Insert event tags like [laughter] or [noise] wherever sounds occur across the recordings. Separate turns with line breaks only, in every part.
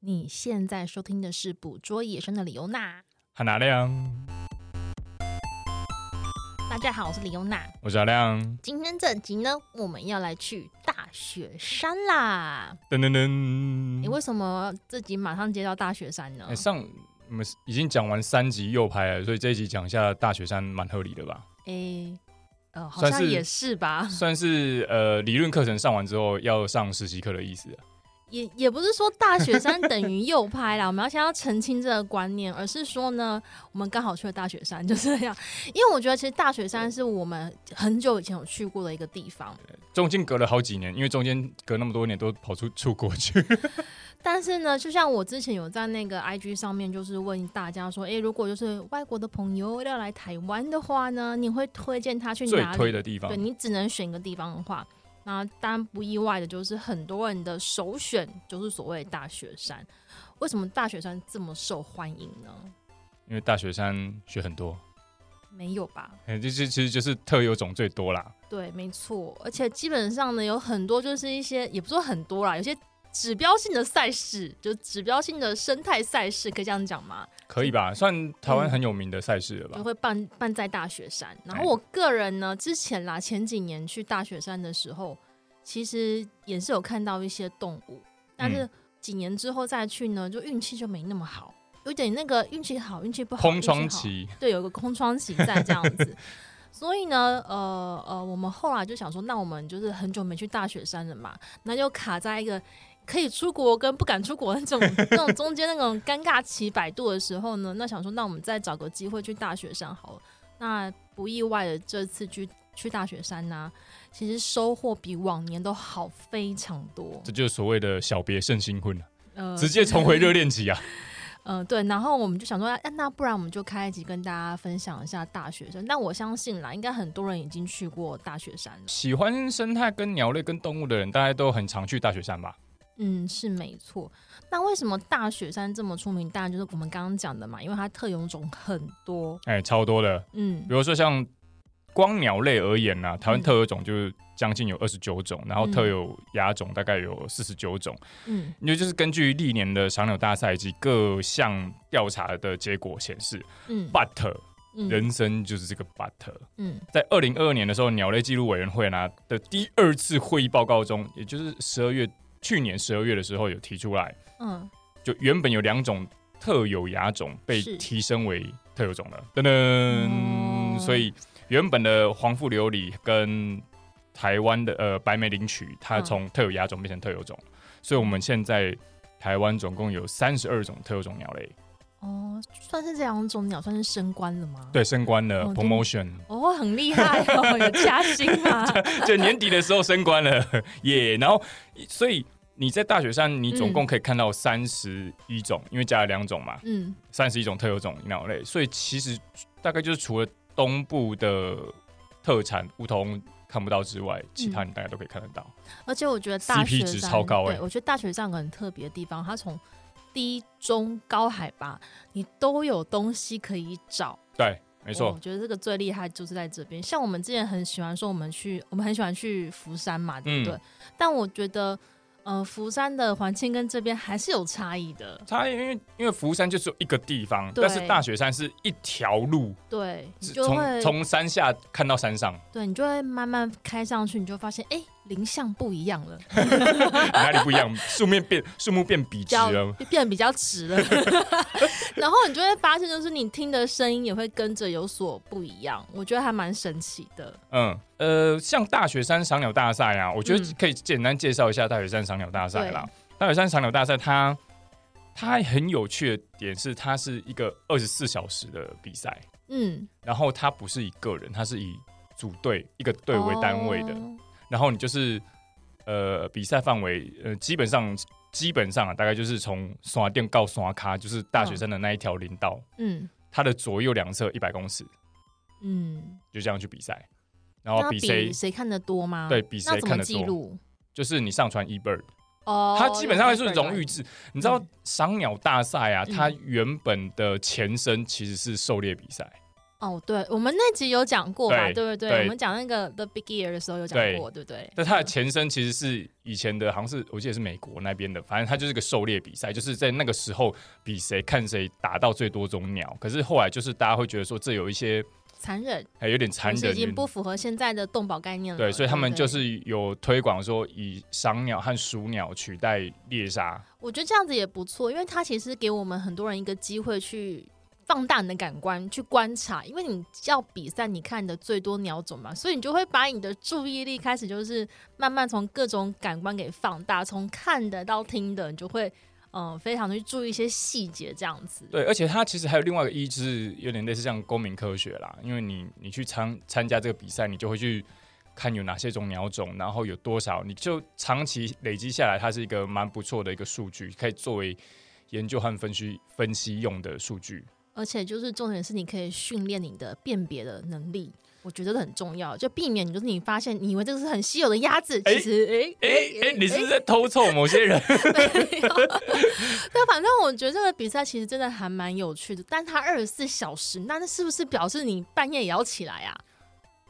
你现在收听的是《捕捉野生的李优娜》。
喊阿亮，
大家好，我是李优娜。
我是阿亮，
今天这集呢，我们要来去大雪山啦。
噔噔
你、
噔。
为什么这集马上接到大雪山呢
哎、？上我们已经讲完三集右拍了，所以这一集讲一下大雪山，蛮合理的吧？
诶、呃，好
算
像
是
也是吧，
算是呃理论课程上完之后要上实习课的意思啊。
也也不是说大雪山等于右拍啦，我们要先要澄清这个观念，而是说呢，我们刚好去了大雪山，就这样。因为我觉得其实大雪山是我们很久以前有去过的一个地方，
中间隔了好几年，因为中间隔那么多年都跑出出国去。
但是呢，就像我之前有在那个 IG 上面，就是问大家说，诶、如果就是外国的朋友要来台湾的话呢，你会推荐他去
最
哪
推
里？
的地方
对，你只能选一个地方的话，那当然不意外的就是很多人的首选就是所谓的大雪山。为什么大雪山这么受欢迎呢？
因为大雪山雪很多，
没有吧？
哎这这其实就是特有种最多啦。
对，没错，而且基本上呢，有很多就是一些，也不说很多啦，有些指标性的赛事，就指标性的生态赛事，可以这样讲吗？
可以吧？算台湾很有名的赛事了吧？
嗯就会办办在大雪山。然后
哎
我个人呢，之前啦，前几年去大雪山的时候，其实也是有看到一些动物，但
嗯
是几年之后再去呢，就运气就没那么好，有点那个运气好，运气不好，
空
运气
窗
好，
期，
对，有个空窗期在这样子。所以呢，呃呃，我们后来就想说，那我们就是很久没去大雪山了嘛，那就卡在一个可以出国跟不敢出国那种那种中间那种尴尬期百度的时候呢，那想说，那我们再找个机会去大雪山好了。那不意外的，这次去去大雪山呢、其实收获比往年都好非常多。
这就是所谓的小别胜新婚啊
呃，
直接重回热恋期啊！
嗯，对，然后我们就想说，哎那不然我们就开一集跟大家分享一下大雪山。但我相信啦，应该很多人已经去过大雪山了。
喜欢生态跟鸟类跟动物的人，大家都很常去大雪山吧？
嗯，是没错。那为什么大雪山这么出名？当然就是我们刚刚讲的嘛，因为它特有种很多。
哎、超多的。
嗯
比，如说像光鸟类而言呢、台湾
嗯
特有种就是将近有二十九种，然后
嗯
特有亚种大概有四十九种。
嗯，
因为就是根据历年的赏鸟大赛以及各项调查的结果显示
嗯，
，but
嗯，
人生就是这个 but。
嗯，
在二零二二年的时候，鸟类记录委员会呢的第二次会议报告中，也就是十二月去年十二月的时候有提出来，
嗯，
就原本有两种特有亚种被
是
提升为特有种了，噔噔、
哦
所以原本的黄腹琉璃跟台湾的呃白眉灵曲，它
嗯
从特有亚种变成特有种，所以我们现在台湾总共有三十二种特有种鸟类，
哦，算是这两种鸟算是升官了吗？。
对，升官了、
哦
p r o m o t i o n
哦，很厉害哦，有加薪
[laughs]
嘛？
就年底的时候升官了 [laughs] 耶然后所以你在大雪山，你总共可以看到三十一种、因为加了两种嘛，
嗯，
三十一种特有种鸟类，所以其实大概就是除了东部的特产梧桐看不到之外，其他你大概都可以看得到。
而且我觉得大
CP
雪
值
山
超高欸
对我觉得大雪山有个很特别的地方，它从低、中、高海拔，你都有东西可以找。
对，没
哦
错
我，觉得这个最厉害就是在这边。像我们之前很喜欢说我们去，我们很喜欢去福山嘛，对不对？
嗯
但我觉得，呃，福山的环境跟这边还是有差异的。
它因为因为福山就只有一个地方，
对
但是大雪山是一条路，
对，你
是
就
从
会
从山下看到
[laughs]
山上，
对你就会慢慢开上去，你就发现哎，林相不一样了，
哪里不一样？树面变树木变笔
比
直
较
了。
变得比较直了。 [laughs] 然后你就会发现，就是你听的声音也会跟着有所不一样。我觉得还蛮神奇的。
嗯，呃，像大雪山赏鸟大赛啊，我觉
嗯
得可以简单介绍一下大雪山赏鸟大赛啦。大雪山赏鸟大赛它它很有趣的点是，它是一个二十四小时的比赛，
嗯，
然后它不是以个人，它是以组队一个队为单位的，
哦
然后你就是呃比赛范围呃基本上基本上啊，大概就是从刷店到刷咖，就是大雪山的那一条林道，
嗯
它的左右两侧一百公尺，
嗯，
就这样去比赛，然
那
后
比
哦比谁
谁看的多吗？
对比谁
那怎么
看得
记
多
录？
就是你上传 E eBird，
哦，
它基本上是
有
荣誉制。你知道
嗯
赏鸟大赛啊，它原本的前身其实是狩猎比赛，
哦，对，我们那集有讲过吧？
对
对不对？
对
我们讲那个 The Big Year 的时候有讲
对
过，对不对？嗯
但它的前身其实是以前的，好像是我记得是美国那边的，反正它就是个狩猎比赛，就是在那个时候比谁看谁打到最多种鸟。可是后来就是大家会觉得说这有一些
残忍，
还有点残
就是
忍，
已经不符合现在的动保概念了。
对，所以他们
不
就
对
是有推广说以赏鸟和鼠鸟取代猎杀。
我觉得这样子也不错，因为它其实给我们很多人一个机会去放大你的感官，去观察。因为你要比赛，你看的最多鸟种嘛，所以你就会把你的注意力开始就是慢慢从各种感官给放大，从看的到听的，你就会嗯、呃非常的去注意一些细节这样子。
对，而且它其实还有另外一个意义，就是有点类似像公民科学啦，因为你你去参参加这个比赛，你就会去看有哪些种鸟种，然后有多少，你就长期累积下来，它是一个蛮不错的一个数据，可以作为研究和分析分析用的数据。
而且就是重点是，你可以训练你的辨别的能力，我觉得这很重要，就避免你就是你发现你以为这个是很稀有的鸭子，
哎
其实诶
哎、
诶
哎、
诶
你是不是在偷凑某些人？ [laughs]
没有，但反正我觉得这个比赛其实真的还蛮有趣的，但它二十四小时，那那是不是表示你半夜也要起来啊？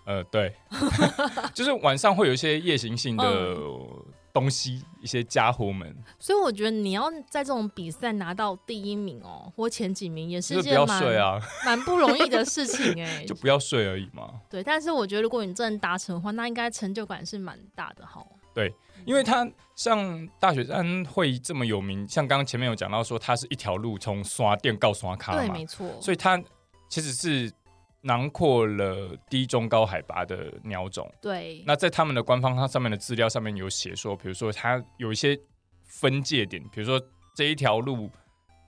呃，对， [laughs] 就是晚上会有一些夜行性的东西，一些家伙们，
所以我觉得你要在这种比赛拿到第一名哦，或前几名，也是
就
一
是不
件
要
蛮
睡啊，
蛮不容易的
[laughs]
事情哎、
就不要睡而已嘛。
对，但是我觉得如果你真的达成的话，那应该成就感是蛮大的哈。
因为它像大雪山会这么有名，像刚刚前面有讲到说，它是一条路从刷店到刷卡
对，
嘛
没，错。
所以它其实是囊括了低、中、高海拔的鸟种。
对，
那在他们的官方它上面的资料上面有写说，比如说它有一些分界点，比如说这一条路，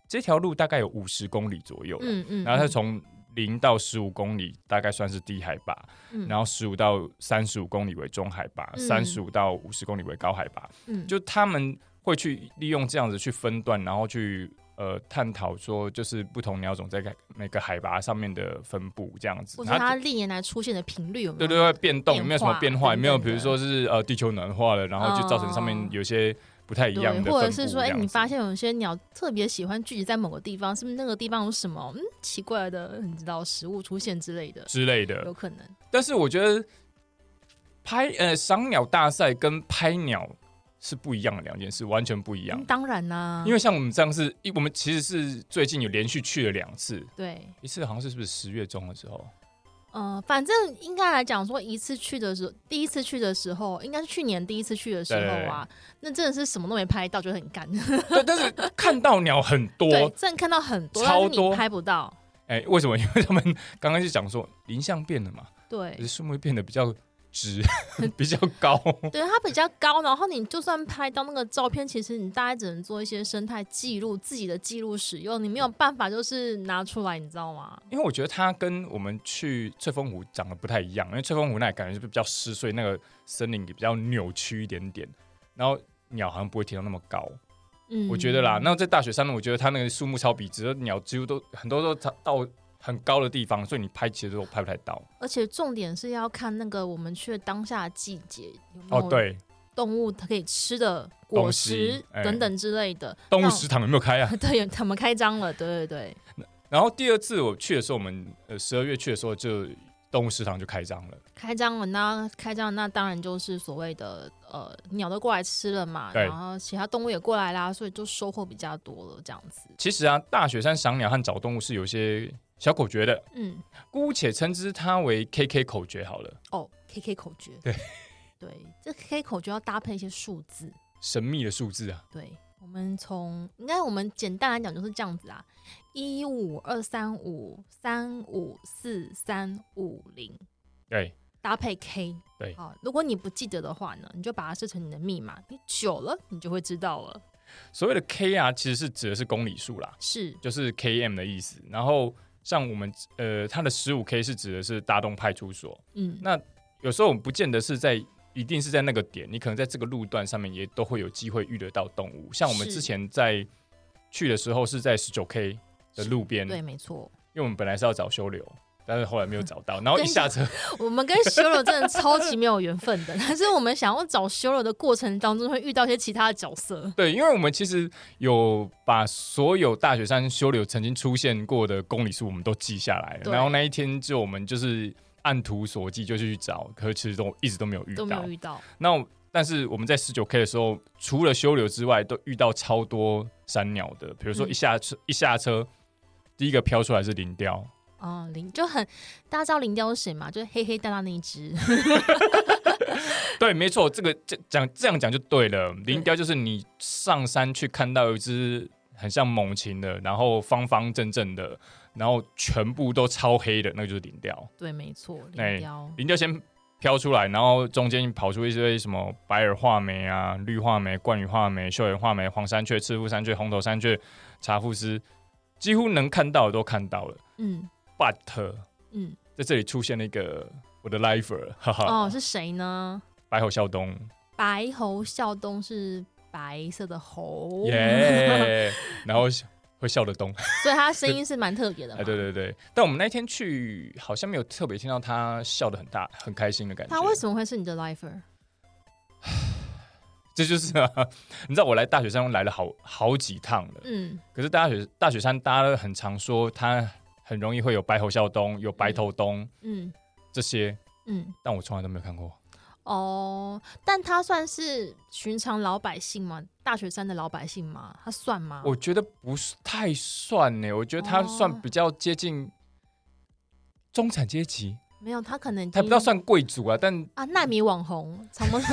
这条路大概有五十公里左右，
嗯嗯，
然后它从零到十五公里大概算是低海拔，
嗯
然后十五到三十五公里为中海拔，
嗯
三十五到五十公里为高海拔。
嗯
就他们会去利用这样子去分段，然后去呃探讨说，就是不同鸟种在每个海拔上面的分布这样子
或。者
然后
它历年来出现的频率有没
对
有？
对对，变动有没有什么
变
变
化
化？有没有
等
比
等的
如说是呃地球暖化了，然后就造成上面有些不太一样的分布
或者是说，
这
哎、
样子
你发现有些鸟特别喜欢聚集在某个地方，是不是那个地方有什么嗯奇怪的，你知道食物出现之类的，
之类的
有，可能。
但是我觉得拍呃赏鸟大赛跟拍鸟是不一样的两件事，完全不一样
嗯。当然啦、
因为像我们上次，一我们其实是最近有连续去了两次，
对，
一次好像是是不是十月中的时候？
呃，反正应该来讲说，一次去的时候，第一次去的时候，应该是去年第一次去的时候啊，那真的是什么都没拍到，觉得很干。 [laughs]
对，但是看到鸟很多，
对，真的看到很多，但
超
是你
多
拍不到。
哎、为什么？因为他们刚刚就讲说林相变了嘛，可
对
是，树木变得比较
[laughs]
直，比较高。
对，它比较高，然后你就算拍到那个照片，其实你大概只能做一些生态记录，自己的记录使用，你没有办法就是拿出来，你知道吗？
因为我觉得它跟我们去翠峰湖长得不太一样，因为翠峰湖那里感觉是比较湿，所以那个森林也比较扭曲一点点，然后鸟好像不会提到那么高，
嗯
我觉得啦。那在大雪山呢，我觉得它那个树木超笔直，鸟几乎都很多都到很高的地方，所以你拍其实都拍不太到。
而且重点是要看那个我们去的当下的季节有没
哦，
有
对，
动物它可以吃的果
东
实
西哎
等等之类的。
动
那
物食堂有没有开啊？
[laughs] 对，他们开张了，对对对，
然后第二次我去的时候，我们呃十二月去的时候就动物食堂就开张了，
开张了。那开张那当然就是所谓的呃鸟都过来吃了嘛，
对
然后其他动物也过来啦，所以就收获比较多了这样子。
其实啊，大雪山赏鸟和找动物是有一些小口诀的，
嗯，
姑且称之它为 KK 口诀好了。
哦，K K 口诀，
对
对，这 K K 口诀要搭配一些数字，
神秘的数字啊，
对，我们从应该我们简单来讲就是这样子啊，一五二三五三五四三五零
对，
搭配 K。
对
好，如果你不记得的话呢，你就把它设成你的密码，你久了你就会知道了。
所谓的 K 啊，其实是指的是公里数啦，
是，
就是 KM 的意思。然后像我们呃，它的十五 K 是指的是大东派出所，
嗯，
那有时候我们不见得是在。一定是在那个点，你可能在这个路段上面也都会有机会遇得到动物。像我们
是
之前在去的时候是在十九 K 的路边，嗯
对，没错，嗯
因为我们本来是要找修留，但是后来没有找到，然后一下车，
我们跟修罗真的超级没有缘分的， [laughs] 但是我们想要找修罗的过程当中，会遇到一些其他的角色。
[laughs] 对，因为我们其实有把所有大雪山修柳曾经出现过的公里数，我们都记下来了。
对
然后那一天就我们就是按图索骥就去找，可是其实都一直都没有遇
都没
到
有。遇到，
那我但是我们在十九 K 的时候，除了修柳之外，都遇到超多山鸟的。比如说
嗯
一下车、一下车，第一个飘出来是林雕，
啊、林就很大家知道林雕是谁嘛？就是黑黑大大那一只， [laughs]
对，没错，这个这讲这样讲就对了。林雕就是你上山去看到一只很像猛禽的，然后方方正正的，然后全部都超黑的，那个就是林雕。
对，没错，
哎
林雕，
林雕先飘出来，然后中间跑出一堆什么白耳画眉啊、绿画眉、冠羽画眉、绣眼画眉、黄山雀、赤腹山雀、红头山雀、茶腹狮，几乎能看到的都看到了。
嗯
But 呃
嗯，
在这里出现了一个我的 lifer，哈哈，
哦，是谁呢？
白吼啸东。
白猴啸东是白色的猴，
耶、然后会笑得动。
[laughs] 所以他声 [laughs] 音是蛮特别的嘛。
哎，对对对，但我们那天去好像没有特别听到他笑得很大、很开心的感觉。
他为什么会是你的 lifer？
这就是、 [laughs] 你知道我来大雪山来了好好几趟了，
嗯，
可是大雪大雪山大家都很常说它很容易会有白喉啸东、有白头东、
嗯
这些，
嗯，
但我从来都没有看过。
哦，但他算是寻常老百姓吗？大雪山的老百姓吗？他算吗？
我觉得不是太算欸呢，我觉得它算比较接近中产阶级，
没有，他可能已
它
经
不要算贵族啊，
[laughs]
但
啊，纳米网红，长毛
大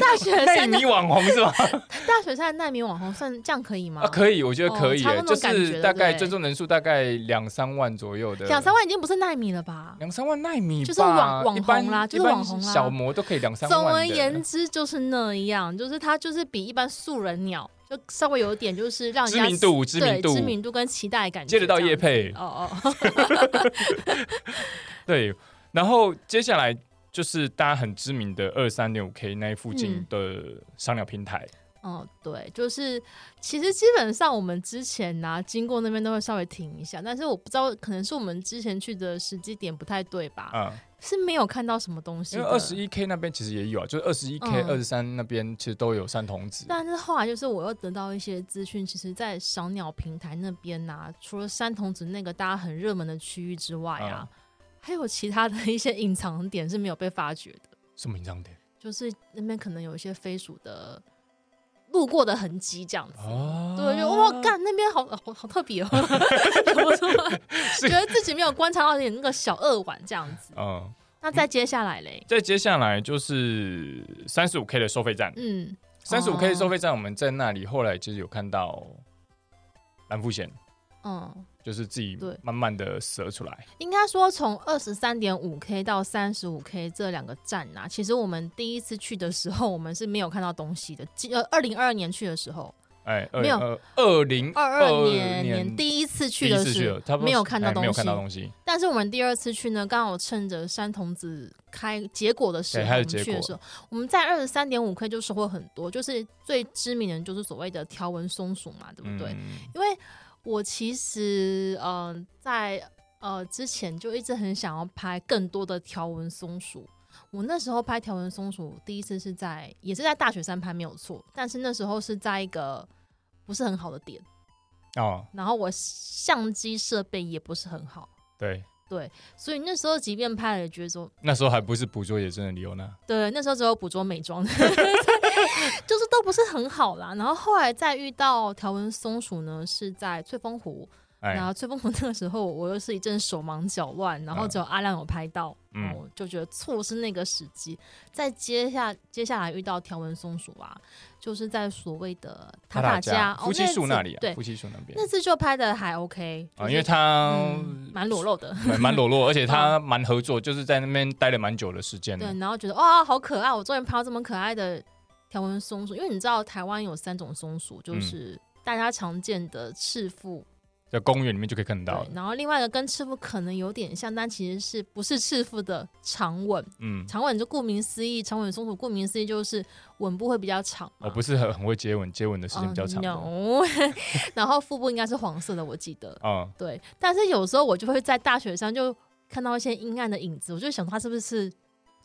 大雪
那
山的
你网红是吧？
[laughs] 大雪山的纳米网红算这样可以吗？
啊，可以，我觉得
哦
可以
差
耶、
不多那种
就
感觉
是大
对不
概
对
追踪人数大概两三万左右的，
两三万已经不是纳米了吧？
两三万纳米吧，
就是网网
一般
红啦就是
一般
网红啦
小模都可以两三万
总
的。
而言之就是那样，就是他就是比一般素人鸟就稍微有一点就是让人
知
家
名度，知名
对
度，
知名度跟期待感
接得到叶
叶
配，
哦哦，
对。然后接下来就是大家很知名的二三六 K 那附
嗯
近的商鸟平台，
哦，对，就是其实基本上我们之前呢、经过那边都会稍微停一下，但是我不知道，可能是我们之前去的时机点不太对吧，
嗯，
是没有看到什么东西
因
啊
为
的。
二十一 K 那边其实也有啊，就是二十一 K、
嗯
二十三那边其实都有三童子，
但是后来就是我又得到一些资讯，其实，在赏鸟平台那边呐、除了三童子那个大家很热门的区域之外啊，还有其他的一些隐藏点是没有被发掘的，
什么名章点
就是那边可能有一些飞鼠的路过的痕迹这样子。
哦，
对，就哇，干那边好好好特别哦， [laughs] 怎么说？觉得自己没有观察到点那个小恶碗这样子。
嗯。
那再接下来嘞，
再接下来就是三十五 K 的收费站，
嗯，
三十五 K
哦
收费站，我们在那里后来就是有看到蓝富险，
嗯，
就是自己
对
慢慢的折出来。
应该说从二十三点五 K 到三十五 K 这两个站呐、其实我们第一次去的时候，我们是没有看到东西的。记呃，二零二二年去的时候，
哎，
没有
二二零
二二年年
第
第一次去
一
的
次去
时
了，差
候
不多
没有看到
哎
东
没有
西
看，到东西。
但是我们第二次去呢，刚好趁着山童子开结果的时
对
候，
它
我
的
们去
结
的
果
时候，我们在二十三点五 K 就收获很多，就是最知名的就是所谓的条纹松鼠嘛，对不对？
嗯
因为我其实嗯、呃在呃之前就一直很想要拍更多的条纹松鼠。我那时候拍条纹松鼠，第一次是在也是在大雪山拍，没有错。但是那时候是在一个不是很好的点，
哦，
然后我相机设备也不是很好，
对，
所以那时候即便拍了，也觉得说
那时候还不是捕捉野生的李欧娜，
对，那时候只有捕捉美妆，就是都不是很好啦。然后后来再遇到条纹松鼠呢，是在翠峰湖。然
哎，
后翠峰湖那个时候，我又是一阵手忙脚乱，然后只有阿亮有拍到，
嗯
然后我就觉得错失那个时机。再接下接下来遇到条纹松鼠啊，就是在所谓的塔塔
家
家
夫妻树那里
哦次
啊，
对
夫，妻树那边
那次就拍的还 OK
啊，因为
就是
他
嗯蛮裸露的。
蛮蛮裸露，而且他蛮合作，就是在那边待了蛮久的时间的
对，。然后觉得哇、好可爱！我终于拍到这么可爱的条纹松鼠，因为你知道台湾有三种松鼠，就
嗯
是大家常见的赤腹
在公园里面就可以看到
对
了。，
然后另外一个跟赤腹可能有点像，但其实是不是赤腹的长吻？
嗯，
长吻就顾名思义，长吻松鼠顾名思义就是吻部会比较长嘛。
我哦不是很很会接吻，接吻的时间比较长的。
嗯 no [laughs] 然后腹部应该是黄色的，我记得。
嗯，
对，但是有时候我就会在大雪山就看到一些阴暗的影子，我就想它是不是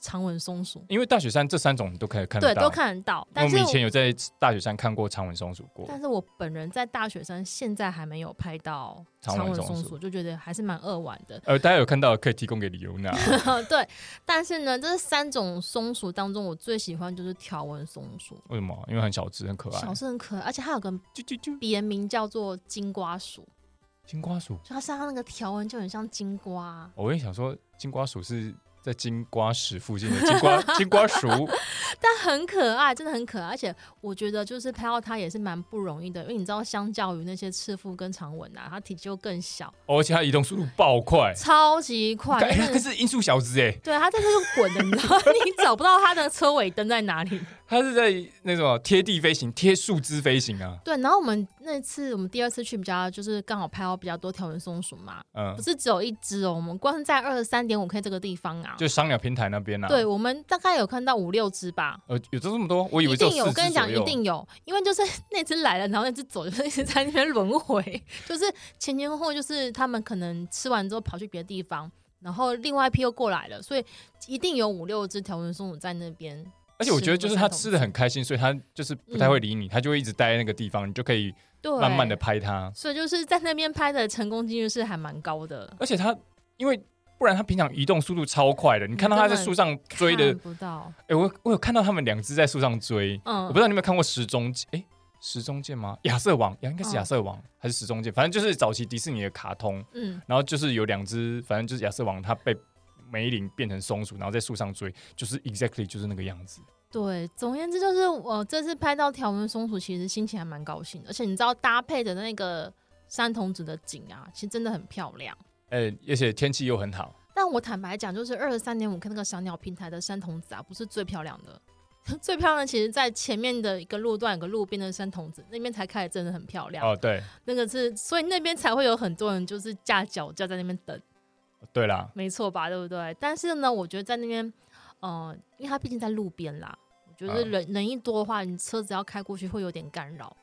长吻松鼠？
因为大雪山这三种你都可以看得
对，
到，
都。看得到。
因为
但
我
是
们以前有在大雪山看过长吻松鼠过，
但是我本人在大雪山现在还没有拍到
长
长
吻
吻
松
松
鼠
鼠，就觉得还是蛮扼腕的。
呃，大家有看到可以提供给李优娜。
[laughs] 对，但是呢，这三种松鼠当中，我最喜欢就是条纹松鼠，
为什么？因为很小只，很可爱。
小是很可爱，而且它有个
啾啾啾，
别名叫做金瓜鼠，
金瓜鼠。哦
就它身上那个条纹就很像金瓜。
我也想说，金瓜鼠是在金瓜石附近的金瓜 [laughs] 金瓜鼠。哦
但很可爱，真的很可爱，而且我觉得就是拍到它也是蛮不容易的，因为你知道，相较于那些赤腹跟长吻啊，它体积又更小，
哦而且它移动速度爆快，
超级快，
哎
就
它可
是
是音速小子哎，
对它在那就滚的，你知道，你找不到它的车尾灯在哪里。 [laughs]
它是在那什么贴地飞行、贴树枝飞行啊，
对，然后我们那次我们第二次去比较，就是刚好拍到比较多条纹松鼠嘛，
嗯
不，是只有一只哦，我们光是在二十三点五 K 这个地方啊，
就赏鸟平台那边啊。
对，我们大概有看到五六只吧。
呃，有这么多，我以为
一
只有
定
四
有，我跟
只
你讲，
左
一
右。
定有，因为就是 [laughs] 那只来了，然后那只走，就是一直在那边轮回， [laughs] 就是前前后后，就是他们可能吃完之后跑去别的地方，然后另外一批又过来了，所以一定有五六只条纹松鼠在那边。
而且我觉得就是它吃的很开心，所以它就是不太会理你，它就会一直待在那个地方，你就可以
对，
慢慢的，拍它。
所以就是在那边拍的成功几率是还蛮高的。
而且它因为不然它平常移动速度超快的，你看到它在树上追的
看，不到，
哎、我我有看到它们两只在树上追，
嗯，
我不知道你有没有看过时钟剑，哎、时钟剑吗？亚瑟王，呀，应该是亚瑟王、还是时钟剑，反正就是早期迪士尼的卡通，
嗯，
然后就是有两只，反正就是亚瑟王它被梅林变成松鼠，然后在树上追，就是 exactly 就是那个样子。
对，总而言之就是我这次拍到条纹松鼠，其实心情还蛮高兴的，而且你知道搭配的那个山童子的景啊，其实真的很漂亮。
哎、而且天气又很好，
但我坦白讲，就是二十三点五 K 那个小鸟平台的山童子啊，不是最漂亮的。 [laughs] 最漂亮的其实，在前面的一个路段、有个路边的山童子那边才开的，真的很漂亮。
哦，对
那个是，所以那边才会有很多人就是架脚架在那边等，
对啦，
没错吧？对不对？但是呢，我觉得在那边，呃，因为它毕竟在路边啦，我觉得
嗯
人、人一多的话，你车子要开过去会有点干扰。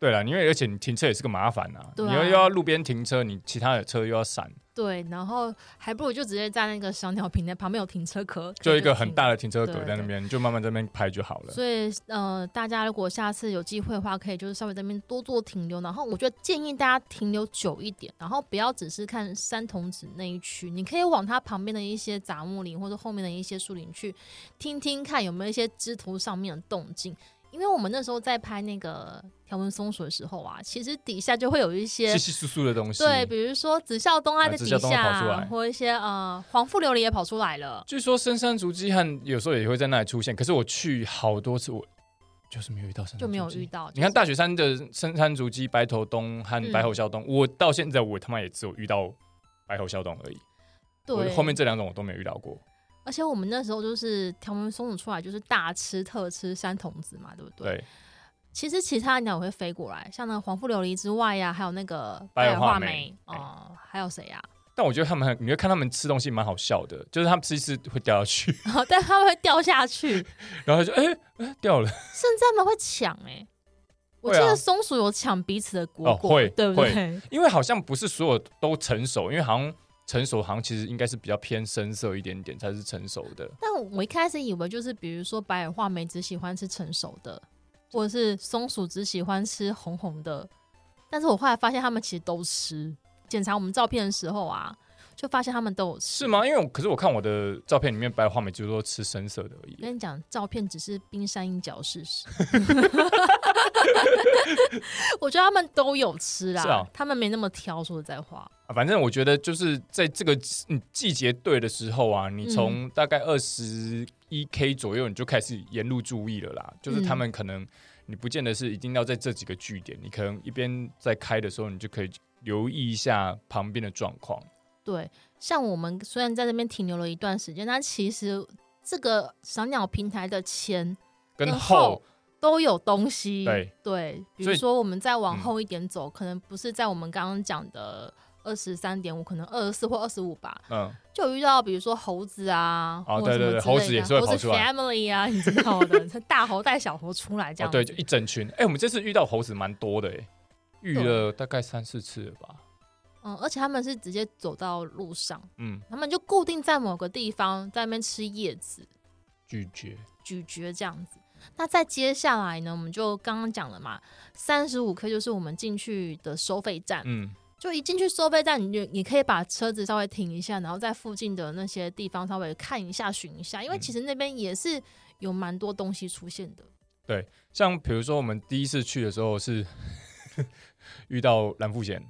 对啦，因为而且你停车也是个麻烦啊，
对啊
你要又要路边停车，你其他的车又要闪，
对，然后还不如就直接在那个小鸟平台旁边有停车壳，
就一个
可以
很
停
大的停车格
对
在那边，你就慢慢在那边拍就好了。
所以呃，大家如果下次有机会的话，可以就是稍微在那边多做停留，然后我觉得建议大家停留久一点，然后不要只是看山童子那一区，你可以往它旁边的一些杂木林或者后面的一些树林去听听看有没有一些枝头上面的动静。因为我们那时候在拍那个条纹松鼠的时候啊，其实底下就会有一些
稀稀疏疏的东西。
对，比如说紫孝东啊
啊
在
紫
底
孝东
下
跑出来
啊，或一些呃黄腹琉璃也跑出来了。
据说深山竹鸡汉有时候也会在那里出现，可是我去好多次，我就是没有遇到深山
就没有
竹鸡
遇到
你
就
看
是
大雪山的深山竹鸡、白头东和
嗯
白喉啸东，我到现在我他妈也只有遇到白喉啸东而已，我
对，
后面这两种我都没有遇到过。
而且我们那时候就是条纹松鼠出来，就是大吃特吃山童子嘛，对不对？
对，
其实其他的鸟也会飞过来，像那个黄腹琉璃之外呀、还有那个
白哎耳
耳
画
画
眉
哦、还有谁啊呀、
但我觉得他们很，你会看他们吃东西蛮好笑的，就是他们吃一吃会掉下去， [laughs]
然后 [laughs] 但它们会掉下去， [laughs]
然后他就哎、哎掉了，
甚至它们会抢哎、我
会
记
啊
得松鼠有抢彼此的
哦
果果，
会
对不对？
因为好像不是所有都成熟，因为好像成熟好像其实应该是比较偏深色一点点才是成熟的。
但我一开始以为就是，比如说白耳画眉只喜欢吃成熟的，或者是松鼠只喜欢吃红红的，但是我后来发现它们其实都吃。检查我们照片的时候啊，就发现它们都有吃。
是吗？因为我可是我看我的照片里面，白花美就是都吃深色的而
我跟
已，
你讲，照片只是冰山一角事实。 [laughs] 我觉得他们都有吃啦，
是啊
他们没那么挑，说实在话。
啊反正我觉得就是在这个季嗯季节对的时候啊，你从大概二十一 K 左右，你就开始沿路注意了啦。就是他们可能你不见得是一定要在这几个据点，你可能一边在开的时候，你就可以留意一下旁边的状况。
对，像我们虽然在那边停留了一段时间，但其实这个赏鸟平台的前
跟
跟
后
后都有东西。
对
比
所
如
以嗯
说我们再往后一点走，可能不是在我们刚刚讲的二十三点五，可能二十四或二十五吧，
嗯，
就有遇到比如说猴子啊，
哦
或者
对对对
什么之类的
猴子也是会跑出
猴子
来
family 啊，你知道
[laughs]
的，大猴带小猴出来这
哦
样子、
对，就一整群。哎、我们这次遇到猴子蛮多的、哎，遇
对
了大概三四次了吧。
嗯，而且他们是直接走到路上，
嗯，
他们就固定在某个地方，在那边吃叶子，
拒绝。
咀嚼这样子。那再接下来呢，我们就刚刚讲了嘛，三十五 K 就是我们进去的收费站，
嗯，
就一进去收费站，你就你可以把车子稍微停一下，然后在附近的那些地方稍微看一下、寻一下，因为
嗯
其实那边也是有蛮多东西出现的。
像比如说我们第一次去的时候是 [laughs] 遇到蓝富贤，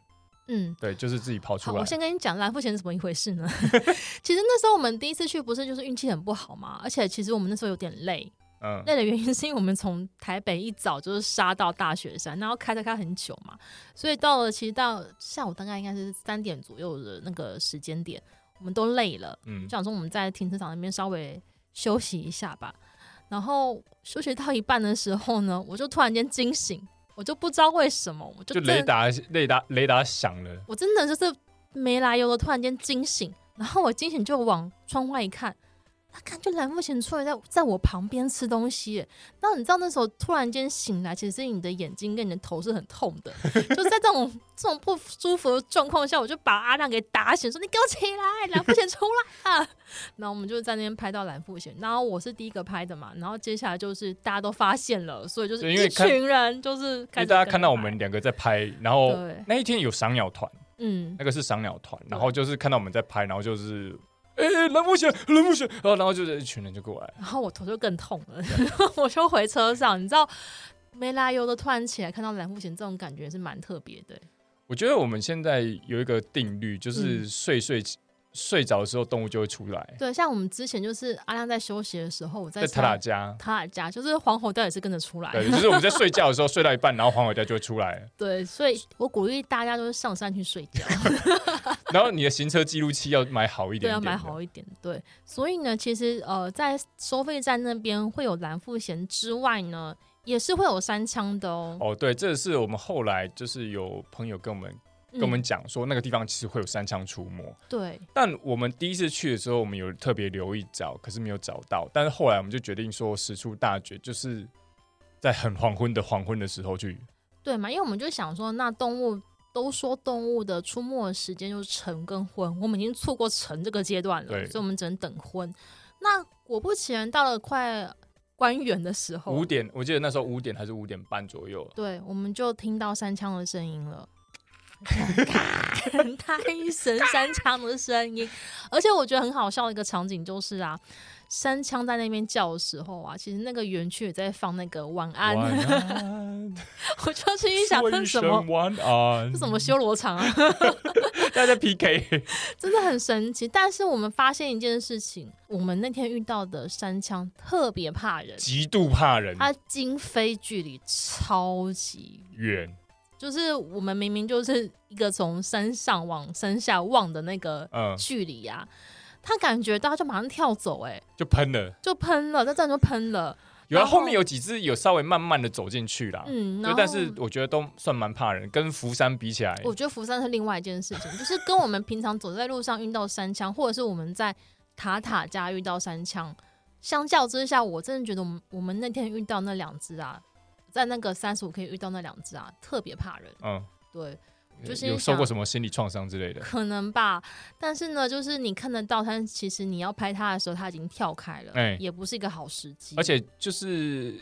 嗯，
对，就是自己跑
好，
出来
我。先跟你讲蓝富贤是怎么一回事呢？ [laughs] 其实那时候我们第一次去，不是就是运气很不好嘛，而且其实我们那时候有点累，
嗯，
累的原因是因为我们从台北一早就是杀到大雪山，然后开车开很久嘛，所以到了其实到下午大概应该是三点左右的那个时间点，我们都累了，
嗯
就，想说我们在停车场那边稍微休息一下吧。然后休息到一半的时候呢，我就突然间惊醒，我就不知道为什么，我就
就
真的
雷达雷达雷达响了，
我真的就是没来由的突然间惊醒，然后我惊醒就往窗外一看，他看就蓝富贤出来在在我旁边吃东西耶。然后你知道那时候突然间醒来，其实你的眼睛跟你的头是很痛的，就在这种 [laughs] 这种不舒服的状况下，我就把阿亮给打醒，说你给我起来，蓝富贤出来了。 [laughs] 然后我们就在那边拍到蓝富贤，然后我是第一个拍的嘛，然后接下来就是大家都发现了，所以就是
对因为
一群人就是
因
开
为
始
大家
跟
看到
着
我
拍
们两个在拍，然后
对，
那一天有赏鸟团，
嗯，
那个是赏鸟团，
对
然后就是看到我们在拍，然后就是。哎、欸，蓝不贤，蓝不贤，然后然后就是一群人就过来，
然后我头就更痛了， [laughs] 我就回车上，你知道。没来由的突然起来看到蓝富贤，这种感觉是蛮特别的、欸
我觉得我们现在有一个定律，就是
嗯
睡睡、睡着的时候动物就会出来，
对，像我们之前就是阿亮在休息的时候，我在
在塔塔家，
他俩家，就是黄喉貂也是跟着出来。
对，就是我们在睡觉的时候睡到一半，然后黄伟家就会出来，
对，所以我鼓励大家都是上山去睡觉，
然后你的行车记录器要买好一
对，
点
要
点的
买好一点。对，所以呢，其实呃，在收费站那边会有蓝富贤之外呢，也是会有山枪的哦。
哦，对，这是我们后来就是有朋友跟我们跟我们讲说，那个地方其实会有三枪出没，
嗯、对，
但我们第一次去的时候，我们有特别留意找，可是没有找到。但是后来我们就决定说，时出大绝，就是在很黄昏的黄昏的时候去。
对嘛？因为我们就想说，那动物都说动物的出没的时间就是晨跟昏，我们已经错过晨这个阶段了，
对
所以我们只能等昏。那果不其然，到了快官员的时候
五，点，我记得那时候五点还是五点半左右。
对，我们就听到三枪的声音了。咔大一声三枪的声音，而且我觉得很好笑的一个场景就是啊，三枪在那边叫的时候啊，其实那个园区也在放那个晚安，
晚安，
[laughs] 我就心里想
说
这
一
是什
声
么？
晚安
这。什么修罗场啊？
大家 PK，
真的很神奇。但是我们发现一件事情，我们那天遇到的山枪特别怕人，
[laughs] 极度怕人，
它惊飞距离超级远，
远，
就是我们明明就是一个从山上往山下望的那个
嗯，
距离啊，他感觉到它就马上跳走、哎，
就喷了。
就喷了，在这里就喷了，
有啊，
然后
后面有几只有稍微慢慢的走进去啦。
嗯，然后
啊对，但是我觉得都算蛮怕人，跟福山比起来，
我觉得福山是另外一件事情，就是跟我们平常走在路上遇到山枪，或者是我们在塔塔家遇到山枪，相较之下，我真的觉得我们我们那天遇到那两只啊，在那个三十五 K 遇到那两只啊，特别怕人。
嗯，
对，就是
有
想
受过什么心理创伤之类的。
可能吧。但是呢，就是你看得到它，其实你要拍它的时候，它已经跳开了，
哎
也不是一个好时机。
而且就是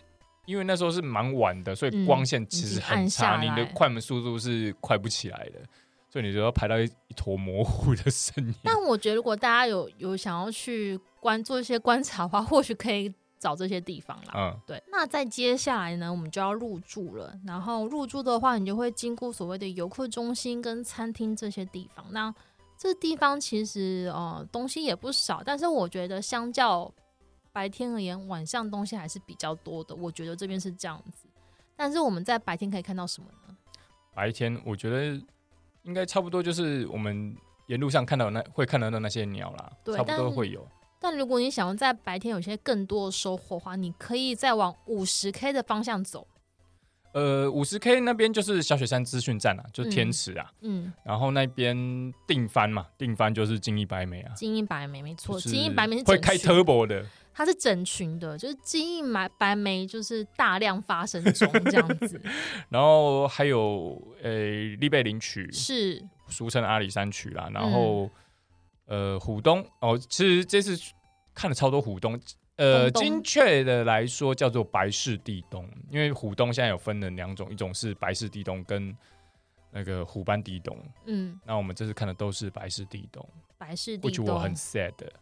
因为那时候是蛮晚的，所以
嗯
光线其实很差，
已
你
经暗下来
的快门速度是快不起来的，所以你就要拍到一一坨模糊的身影。
但我觉得，如果大家有有想要去观做一些观察的话，或许可以找这些地方啦。
嗯，
对，那再接下来呢，我们就要入住了。然后入住的话，你就会经过所谓的游客中心跟餐厅这些地方。那这地方其实呃东西也不少，但是我觉得相较白天而言，晚上东西还是比较多的。我觉得这边是这样子。但是我们在白天可以看到什么呢？
白天我觉得应该差不多就是我们沿路上看到的那会看得到那些鸟啦，
对
差不多
但
会有。
但如果你想要在白天有些更多的收获的话，你可以再往五十 K 的方向走。
呃，五十 K 那边就是小雪山资讯站啊，就是天
嗯
池啊，
嗯，
然后那边定番嘛，定番就是近一百美啊，
精英白眉没错，
就是
精英白眉是
会
整
开
群
turbo 的，
它是整群的，就是精英白白眉就是大量发生中这样
[laughs]
子，
然后还有呃丽贝林曲，
是
俗称阿里山曲
嗯
啦，然后、呃虎东哦，其实这次看了超多虎东。呃，
东东
精确的来说叫做白氏地东，因为虎东现在有分了两种，一种是白氏地东跟那个虎斑地东。
嗯
那我们这次看的都是白氏地东，
白氏
我
地
觉得我很
洞。
sad 的。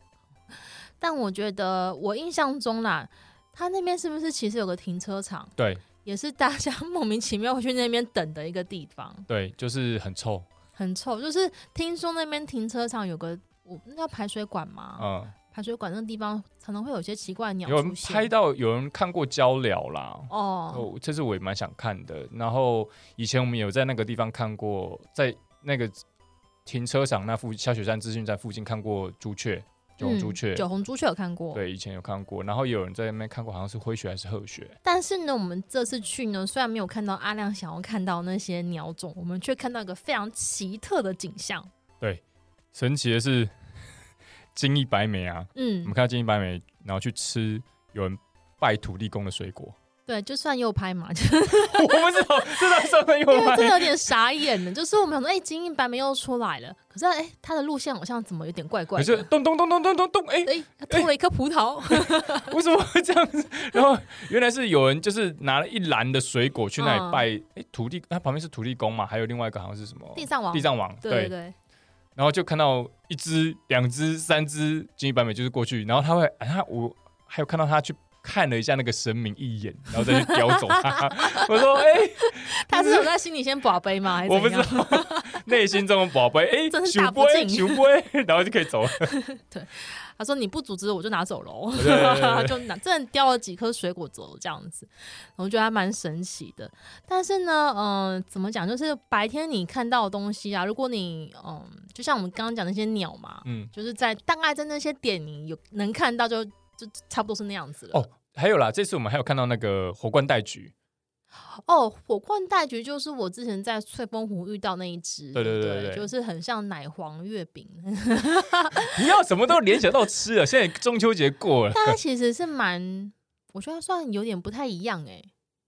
但我觉得我印象中啦，它那边是不是其实有个停车场，
对
也是大家 [laughs] 莫名其妙会去那边等的一个地方，
对，就是很臭，
很臭。就是听说那边停车场有个。我那叫排水管吗？
嗯，
排水管那个地方可能会有一些奇怪哦的鸟
有
出
人拍
现。
到有人看过交流啦，
哦，
哦，这次我也蛮想看的。然后以前我们有在那个地方看过，在那个停车场那附下雪山资讯站附近看过朱雀，九红
嗯
朱雀，
九红朱雀有看过。
对，以前有看过。然后也有人在那边看过，好像是灰雪还是褐雪，
但是呢，我们这次去呢，虽然没有看到阿亮想要看到那些鸟种，我们却看到一个非常奇特的景象。
神奇的是 [laughs] 金一白梅啊，我
嗯
们，看到金一白梅，然后去吃有人拜土地公的水果， [laughs]
对，就算右拍嘛，就是
我不知道这张照片
[laughs] 因
有
为
卖
真。的有点傻眼呢。就是我们想说，哎、金印白眉又出来了，可是哎、它的路线好像怎么有点怪怪
可是哎
的。
咚咚咚咚咚咚咚，哎、
哎、它偷了一颗葡萄，
为什么会这样子？ [laughs] 然后原来是有人就是拿了一篮的水果去
嗯
那里拜，哎、土地，他旁边是土地公嘛，还有另外一个好像是什么
地上王。
地藏王，
对对对，
然后就看到一只、两只、三只金鱼版本就是过去，然后他会，啊、他我还有看到他去看了一下那个神明一眼，然后再去叼走
[laughs]
他。我说，哎、
他是有在心里先把杯吗？还是
我不
怎
知
样？
道，内心中的宝贝，
[laughs]
哎、
真是
小
大不
杯，
敬
小杯， [laughs] 然后就可以走了。
他说你不组织我就拿走喽
对
[laughs]
对对，对
就拿真的叼了几颗水果走这样子，我觉得还蛮神奇的。但是呢，嗯、怎么讲，就是白天你看到的东西啊，如果你嗯、就像我们刚刚讲那些鸟嘛，
嗯，
就是在大概在那些点你有能看到就，就差不多是那样子了。
哦，还有啦，这次我们还有看到那个火罐带菊，
哦，火罐带菊就是我之前在翠峰湖遇到那一只，
对对
对
对
不
对对
就是很像奶黄月
[laughs]
饼，
不要什么都联想到吃了，现在中秋节过了，
但它其实是蛮，我觉得算有点不太一样哎、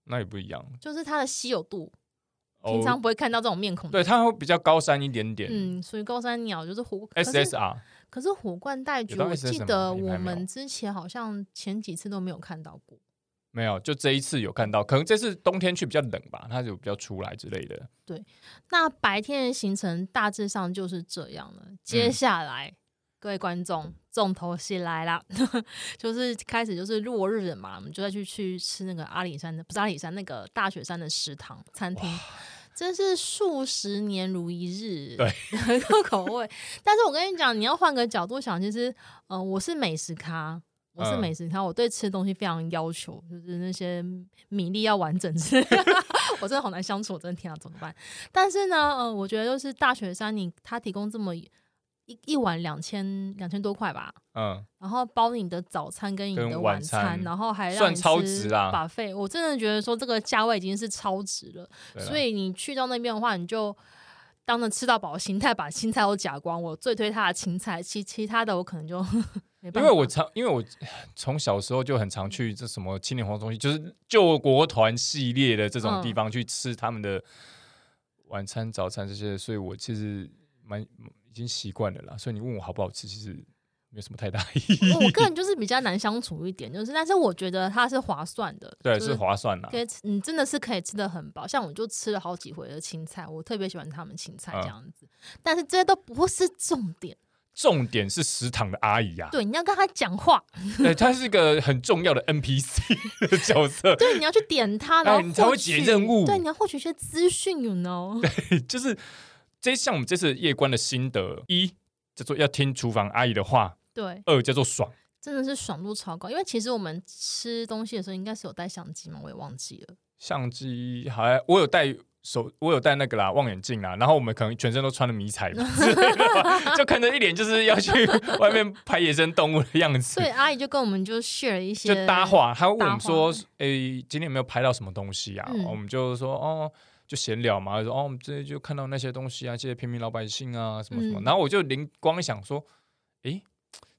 那也不一样。
就是它的稀有度。 [laughs] 平常
哦、
不会看到这种面孔的。
对它会比较高山一点点。
嗯，属于高山鸟，就是火。可是
SSR
可是火罐带菊，
有到
我
SSR
记
吗
得
你还
我
没有
们之前好像前几次都没有看到过。
没有，就这一次有看到，可能这次冬天去比较冷吧，它就比较出来之类的。
那白天的行程大致上就是这样了。
嗯
接下来，各位观众，重头戏来啦， [laughs] 就是开始就是落日了嘛，我们就再去去吃那个阿里山的，不是阿里山那个大雪山的食堂餐厅。真是数十年如一日，
对
[laughs] 各口味。但是我跟你讲，你要换个角度想，其实，呃，我是美食咖，我是
嗯
美食咖，我对吃的东西非常要求，就是那些米粒要完整 [laughs] 之类的我真的好难相处，我真的天啊，怎么办？但是呢，呃，我觉得就是大雪山你，它提供这么一一碗两千两千多块吧，
嗯，
然后包你的早餐跟你
跟
的
晚
晚
餐
然后还让
算
你
超
吃
值啦
buffet，我真的觉得说这个价位已经是超值了。
对啊啦
所以你去到那边的话，你就当着吃到饱的心态把青菜都夹光。我最推它的青菜，其其他的我可能就 [laughs] 没
因
办法。
为我常因为我从小时候就很常去这什么青年活动中心，就是救国团系列的这种地方去吃他们的晚餐、早餐这些，所以我其实蛮已经习惯了啦。所以你问我好不好吃，其实没有什么太大意义。 [laughs]
我个人就是比较难相处一点，就是但是我觉得它是划算的，
对，
就是
划算啦。
可以吃，你真的是可以吃的很饱。像我就吃了好几回的青菜，我特别喜欢他们青菜
嗯
这样子。但是这些都不是重点，
重点是食堂的阿姨啊，
对，你要跟他讲话，
对，她是一个很重要的 NPC 的角色，
对，你要去点他，然后
[laughs] 哎你才会
获取
解任务
对，你要获取一些资讯，you
[laughs]
know，
就是这像我们这次夜观的心得，一叫做要听厨房阿姨的话，
对，
二叫做爽，
真的是爽度超高。因为其实我们吃东西的时候应该是有带相机嘛，我也忘记了。
相机还我有带手，我有戴那个啦望远镜啦，然后我们可能全身都穿的迷彩服之类的吧，就看着一脸就是要去外面拍野生动物的样子
所以。阿姨就跟我们就 share 一些
就搭话，她问我
搭话
们说：“诶、今天有没有拍到什么东西啊？”
嗯
我们就说：“哦，就闲聊嘛。”说：“哦，我们这就看到那些东西啊，这些平民老百姓啊，什么什么。
嗯
然后我就灵光一想说：“诶、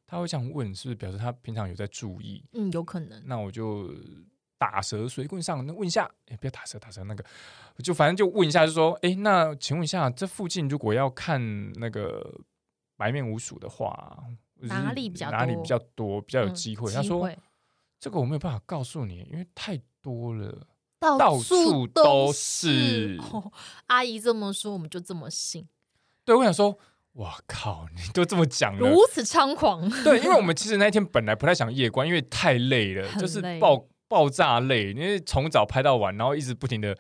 他会这样问，是不是表示他平常有在注意？
嗯，有可能，
那我就打蛇随棍上，那问一下，哎、不要打蛇，打蛇那个，我就反正就问一下，就说，哎、那请问一下，这附近如果要看那个白面鼯鼠的话，就是
哪里比较
哪里
多
比较多，比较有
嗯
机会？他
机
说
会
这个我没有办法告诉你，因为太多了。
到
到
处
处
都
都是
哦阿姨这么说，我们就这么信，
对，我想说，哇靠，你都这么讲了，
如此猖狂。 [laughs]
对，因为我们其实那天本来不太想夜观，因为太累了，
很
就是
累
爆爆炸累，因为从早拍到晚，然后一直不停的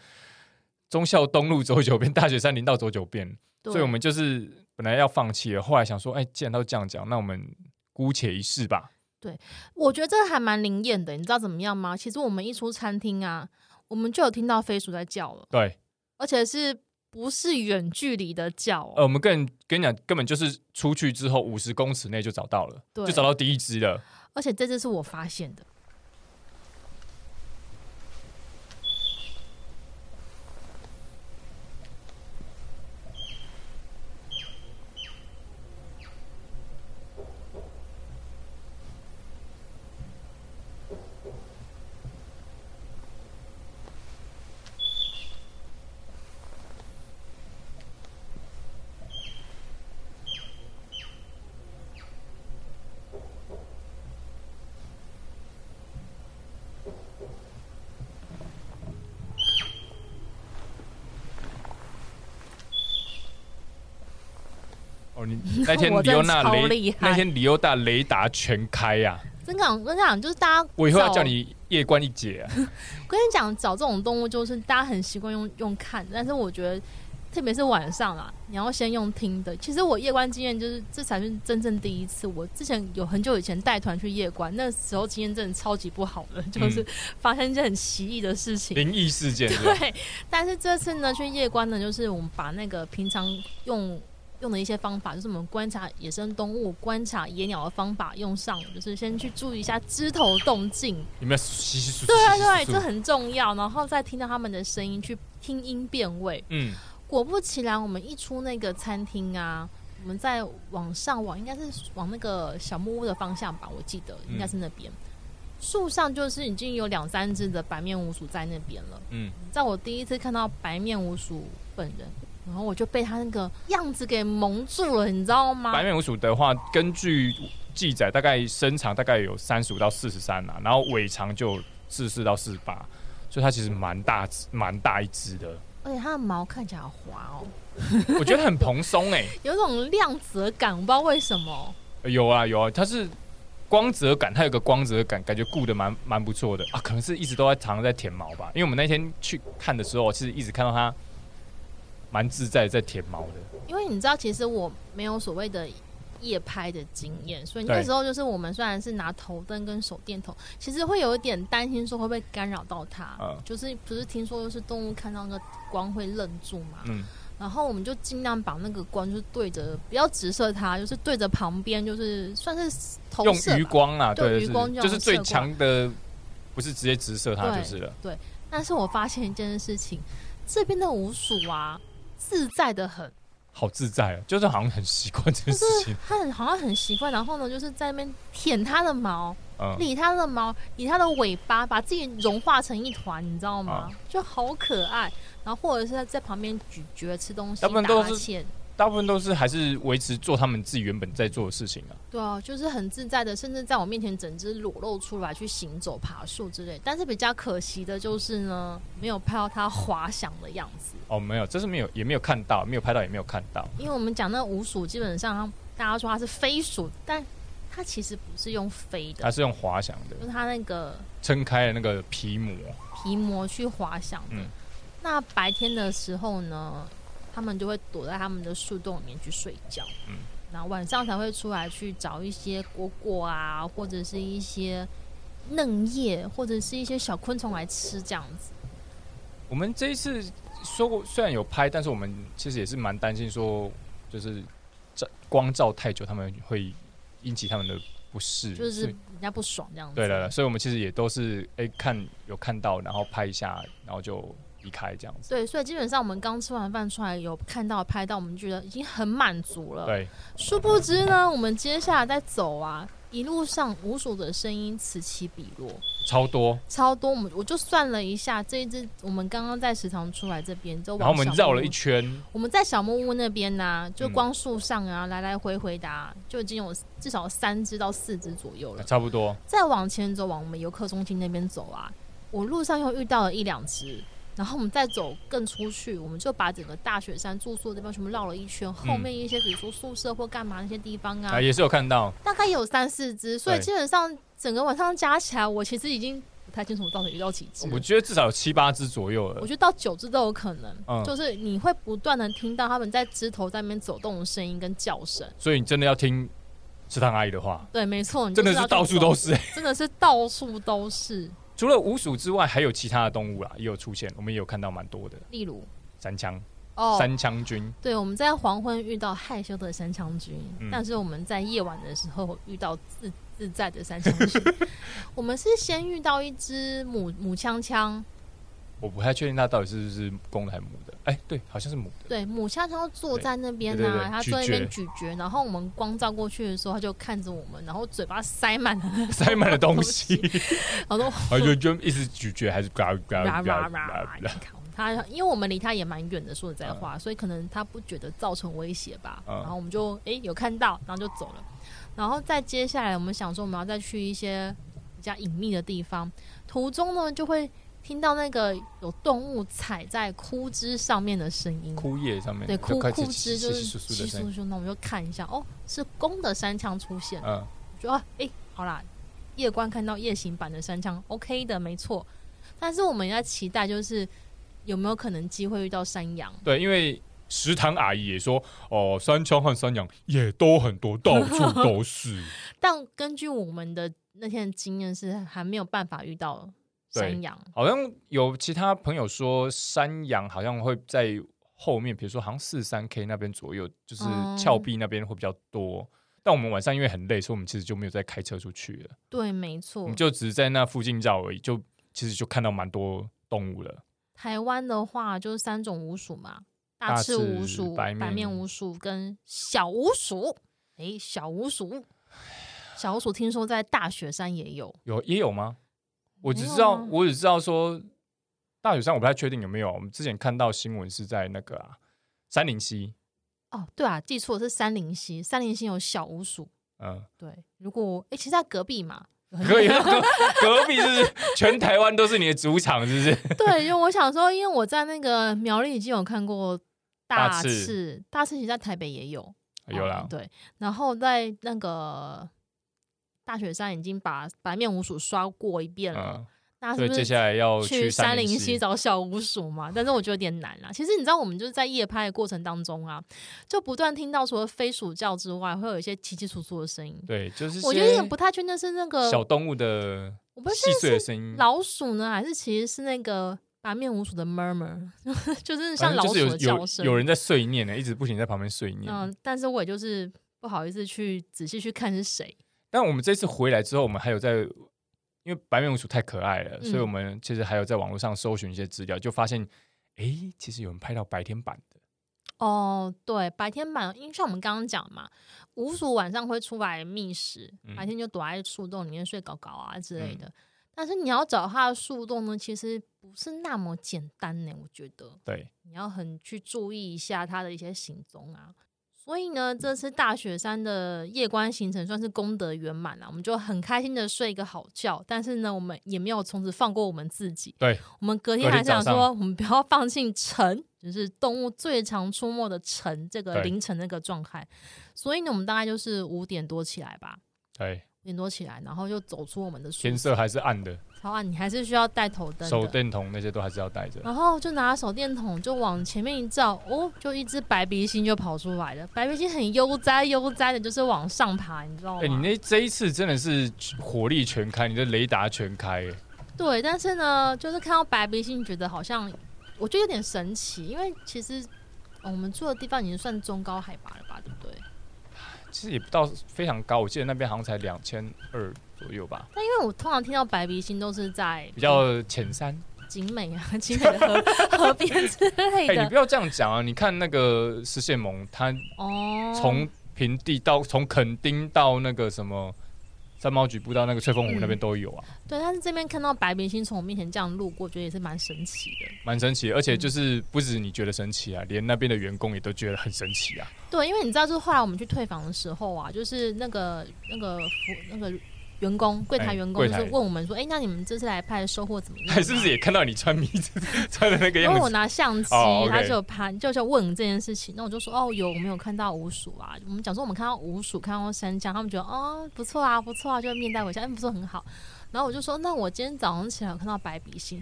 忠孝东路走九遍，大雪山林道走九遍，
对
所以我们就是本来要放弃了，后来想说，哎，既然都这样讲，那我们姑且一试吧。
我觉得这还蛮灵验的，你知道怎么样吗？其实我们一出餐厅啊，我们就有听到飞鼠在叫了，
对，
而且是不是远距离的叫哦、
呃，我们更跟你讲，根本就是出去之后五十公尺内就找到了，
对
就找到第一只了。
而且这只是我发现的。[laughs]
哦，你那天
我
里欧
真的
纳
超厉
雷
害
那天里欧大雷达全开呀、
真讲，跟你讲，就是大家，
我以后要
找
叫你夜观一姐、
[laughs]
啊。
跟你讲，找这种动物就是大家很习惯用用看，但是我觉得，特别是晚上啊，你要先用听的。其实我夜观经验就是，这才是真正第一次。我之前有很久以前带团去夜观，那时候经验真的超级不好的，就是 [laughs] 发生一些很奇异的事情。
灵异事件是吧
对，但是这次呢，去夜观呢，就是我们把那个平常用用的一些方法，就是我们观察野生动物、观察野鸟的方法用上了，就是先去注意一下枝头动静，
有没有稀稀疏疏？
对啊
稀
对对，
稀疏疏
这很重要。然后再听到他们的声音，去听音辨位。
嗯，
果不其然，我们一出那个餐厅啊，我们在往上往，应该是往那个小木屋的方向吧，我记得应该
嗯
是那边。树上就是已经有两三只的白面鼯鼠在那边了。
嗯，
在我第一次看到白面鼯鼠本人，然后我就被它那个样子给蒙住了，你知道吗？
白面鼯鼠的话，根据记载，大概身长大概有三十五到四十三啦，然后尾长就四四到四十八，所以它其实蛮大只蛮大一只的。
而且它的毛看起来好滑哦，
我觉得很蓬松哎、
有种亮泽感，我不知道为什么。
有啊有啊，它是光泽感，它有个光泽感，感觉顾得蛮蛮不错的啊。可能是一直都在常常在舔毛吧，因为我们那天去看的时候，其实一直看到它蛮自在地在舔毛的。
因为你知道，其实我没有所谓的夜拍的经验，所以那
对
时候就是我们虽然是拿头灯跟手电筒，其实会有一点担心说会不会干扰到它。
嗯
就是不是听说就是动物看到那个光会愣住嘛，
嗯，
然后我们就尽量把那个光就是对着，不要直射它，就是对着旁边，就是算是投
用
射
余
吧。
光啊，
对
对，
余
是
光这样
就是最
射过来
强的，不是直接直射它就是了。
但是我发现一件事情，这边的鼯鼠啊，自在的很。
好自在啊，就是好像很习惯这件事
[laughs]
情。
它很好像很习惯，然后呢，就是在那边舔它的毛，
嗯，
理它的毛，理它的尾巴，把自己融化成一团，你知道吗？
啊
就好可爱。然后或者是在旁边咀嚼、吃东西、
要不
打
然都
哈
是
欠，
大部分都是还是维持做他们自己原本在做的事情啊。
对啊，就是很自在的，甚至在我面前整只裸露出来去行走、爬树之类。但是比较可惜的就是呢，没有拍到它滑翔的样子，
哦，没有，这是没有，也没有看到，没有拍到，也没有看到。
因为我们讲那鼯鼠，基本上它大家说它是飞鼠，但它其实不是用飞的
它，是用滑翔的
就，是它那个
撑开了那个皮膜。
皮膜去滑翔的。
嗯
那白天的时候呢，他们就会躲在他们的树洞里面去睡觉。
嗯
然后晚上才会出来去找一些果果啊，或者是一些呃嫩叶，或者是一些小昆虫来吃这样子。
我们这一次说过虽然有拍，但是我们其实也是蛮担心说，就是照光照太久，他们会引起他们的不适，
就是
所以
人家不爽这样子。
嗯对了，所以我们其实也都是哎、看有看到，然后拍一下，然后就离开这样子。
对，所以基本上我们刚吃完饭出来，有看到拍到，我们觉得已经很满足了。
对，
殊不知呢，我们接下来在走啊，一路上无数的声音此起彼落，
超多。
超多。我们我就算了一下，这一只我们刚刚在食堂出来这边，就
然后
往
我们
小
绕
木
了
屋
一圈，
我们在小木屋那边呢、就
嗯
光树上啊，来来回回的、啊，就已经有至少三只到四只左右了。
差不多。
再往前走，往我们游客中心那边走啊，我路上又遇到了一两只。然后我们再走更出去，我们就把整个大雪山住宿的地方全部绕了一圈。后
嗯
面一些比如说宿舍或干嘛那些地方啊，
啊，也是有看到，
大概有三四只，所以
对
基本上整个晚上加起来，我其实已经不太清楚到底遇到几只。
我觉得至少有七八只左右
我
了。
觉得到九只都有可能，
嗯
就是你会不断的听到他们在枝头在那边走动的声音跟叫声。
所以你真的要听食堂阿姨的话，
对，没错，你就
真的
知道
是
去
到处都
走，
是。
真的是到处都是。
除了鼯鼠之外，还有其他的动物啦，也有出现，我们也有看到蛮多的
例如，
山枪、
哦，
山枪军。
对，我们在黄昏遇到害羞的山枪君，
嗯
但是我们在夜晚的时候遇到自自在的山枪君。
[laughs]
我们是先遇到一只母母枪枪，
我不太确定它到底是不是公的还是母的。哎、对，好像是母 [laughs] 的。
对，母枪枪坐在那边
对对
呐、
对
它坐在那边
咀
咀嚼，然后我们光照过去的时候，它就看着我们，然后嘴巴塞满了 [laughs]
塞满了东西， [laughs]
然后都
然后就就一直咀嚼，还是嘎嘎
[laughs] 啦
嘎
啦
嘎
啦
嘎。
你看他，因为我们离他也蛮远的，说实在话，所以可能他不觉得造成威胁吧。
嗯
然后我们就诶有看到，然后就走了。然后再接下来，我们想说我们要再去一些比较隐秘的地方，途中呢就会听到那个有动物踩在枯枝上面的声音。
枯叶上面
对，枯
就开始
枯
稀
枝就
稀
是
稀疏疏
稀
的声
疏
音。
疏，那我们就看一下，哦，是公的山枪出现了
嗯，
就啊，哎、好啦，夜观看到夜行版的山枪，OK 的，没错。但是我们要期待就是有没有可能机会遇到山羊？
对，因为食堂阿姨也说，哦，山枪和山羊也都很多，到处都
[laughs]
是。
但根据我们的那天的经验是，还没有办法遇到山羊。
好像有其他朋友说，山羊好像会在后面，比如说好像四三 K 那边左右，就是
哦
峭壁那边会比较多。但我们晚上因为很累，所以我们其实就没有再开车出去了，
对，没
我
错
们。就只是在那附近绕而已，就其实就看到蛮多动物了。
台湾的话就是三种鼯鼠嘛，
大
大赤
赤
鼯鼠、
白
白
面
面鼯鼠跟小鼯鼠。哎、小鼯鼠，小鼯鼠听说在大雪山也有。
有也有吗？我只
没有
知道，
啊
我只知道说大雪山我不太确定有没有。我们之前看到新闻是在那个啊三林溪，
哦，对啊，记错是三林溪，三林溪有小鼯鼠。
嗯，
对，如果哎、其实在隔壁
[laughs]
嘛，
可以，隔隔壁就是全台湾都是你的主场，是不
[laughs]
是？
对，因为我想说，因为我在那个苗栗已经有看过
大
大
赤
赤，大赤其实在台北也有，
有啦
嗯，对，然后在那个大雪山已经把白面鼯鼠刷过一遍了，
嗯，
那是
所以
不
接
是？
下来要
去
山
林
林
溪找小鼯鼠嘛，但是我觉得有点难啦。其实你知道，我们就是在夜拍的过程当中啊，就不断听到除了飞鼠叫之外，会有一些奇奇楚楚的声音。
对，就是
我觉
些
得有点不太确定是那个
小动物的
我不
细
确定
碎的
是
声音，
老鼠呢，还是其实是那个白面鼯鼠的 murmur，就是 [laughs] 像
反正
老
就
鼠
是有
的叫
有
声。
有人在碎念呢，一直不停在旁边碎念。
嗯，但是我也就是不好意思去仔细去看是谁。
但我们这次回来之后，我们还有在，因为白面鼯鼠太可爱了，
嗯
所以我们其实还有在网络上搜寻一些资料，就发现，诶，其实有人拍到白天版的，
哦，对，白天版，因为像我们刚刚讲嘛，鼯鼠晚上会出来觅食，
嗯
白天就躲在树洞里面睡搞搞啊之类的。但是你要找它的树洞呢，其实不是那么简单呢，我觉得。
对，
你要很去注意一下它的一些行踪啊。所以呢，这次大雪山的夜观行程算是功德圆满了，我们就很开心的睡一个好觉。但是呢，我们也没有从此放过我们自己。
对，
我们隔
隔
天
天
还想
早
说，我们不要放弃晨，就是动物最常出没的晨这个
对
凌晨那个状态。所以呢，我们大概就是五点多起来吧，
对，
五点多起来，然后就走出我们的宿
天
舍。
色还是暗的，
超暗，你还是需要带头灯的。哦
手电筒那些都还是要带着。
然后就拿手电筒就往前面一照，哦，就一只白鼻星就跑出来了。白鼻星很悠哉悠哉的，就是往上爬，你知道吗？
哎、你那这一次真的是火力全开，你的雷达全开，诶
对，但是呢，就是看到白鼻星，觉得好像我觉得有点神奇，因为其实、呃我们住的地方已经算中高海拔了吧，对不对？
其实也不到非常高，我记得那边好像才两千二左右吧，
但因为我通常听到白鼻心都是在
比较浅山。
景美啊，景美的河河边之类
哎、你
的
不要这样讲啊！你看那个石蟹蒙，他
哦。
[laughs] 从平地到从垦丁到那个什么三毛局部到那个翠峰湖那边都有啊，
对，但是这边看到白明星从我面前这样路过，觉得也是蛮神奇的。
蛮神奇的。而且就是不止你觉得神奇啊，连那边的员工也都觉得很神奇啊。
对，因为你知道，就是后来我们去退房的时候啊，就是那个那个服那个员工柜台
哎
员工
柜
就是
台
问我们说，哎、那你们这次来拍的收获怎么样啊、
他是不是也看到你穿迷子穿的那个
因为
样
我
子？
拿相机，
哦，OK
他就有拍，就就问这件事情，那我就说哦，有我们有看到五鼠啊，我们讲说我们看到五鼠，看到山羌，他们觉得哦不错啊，不错啊，就面带微笑，嗯，不错，很好。然后我就说，那我今天早上起来有看到白鼻星。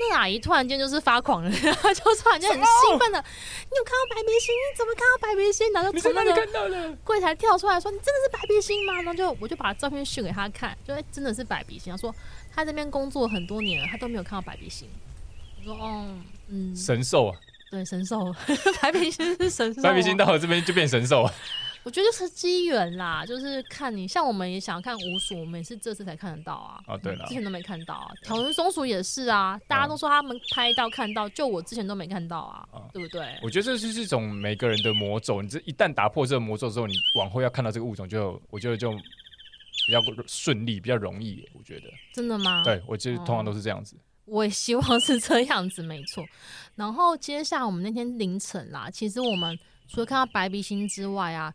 那阿姨突然间就是发狂了， [laughs] 她就突然间很兴奋的，你有看到白鼻星？你怎么看到白鼻星？然后就
你在
从
哪
那
里
个
看到的？
柜台跳出来说：“你真的是白鼻星吗？”然后就我就把照片秀给他看，就哎、真的是白鼻星。他说他这边工作很多年了，他都没有看到白鼻星。我说：“哦，嗯，
神兽啊！
对，神兽， [laughs] 白鼻星是神兽、啊
白皮星，到了这边就变神兽啊！
我觉得就是机缘啦，就是看你，像我们也想看五鼠，我们也是这次才看得到啊。
哦对啦
之前都没看到啊。草原松鼠也是啊，大家都说他们拍到看到，就我之前都没看到啊，
哦
对不对？
我觉得这就是一种每个人的魔咒。你这一旦打破这个魔咒之后，你往后要看到这个物种就，我觉得就比较顺利，比较容易耶。我觉得，
真的吗？
对我觉得通常都是这样子。
我也希望是这样子，没错。然后接下来我们那天凌晨啦，其实我们除了看到白鼻星之外啊，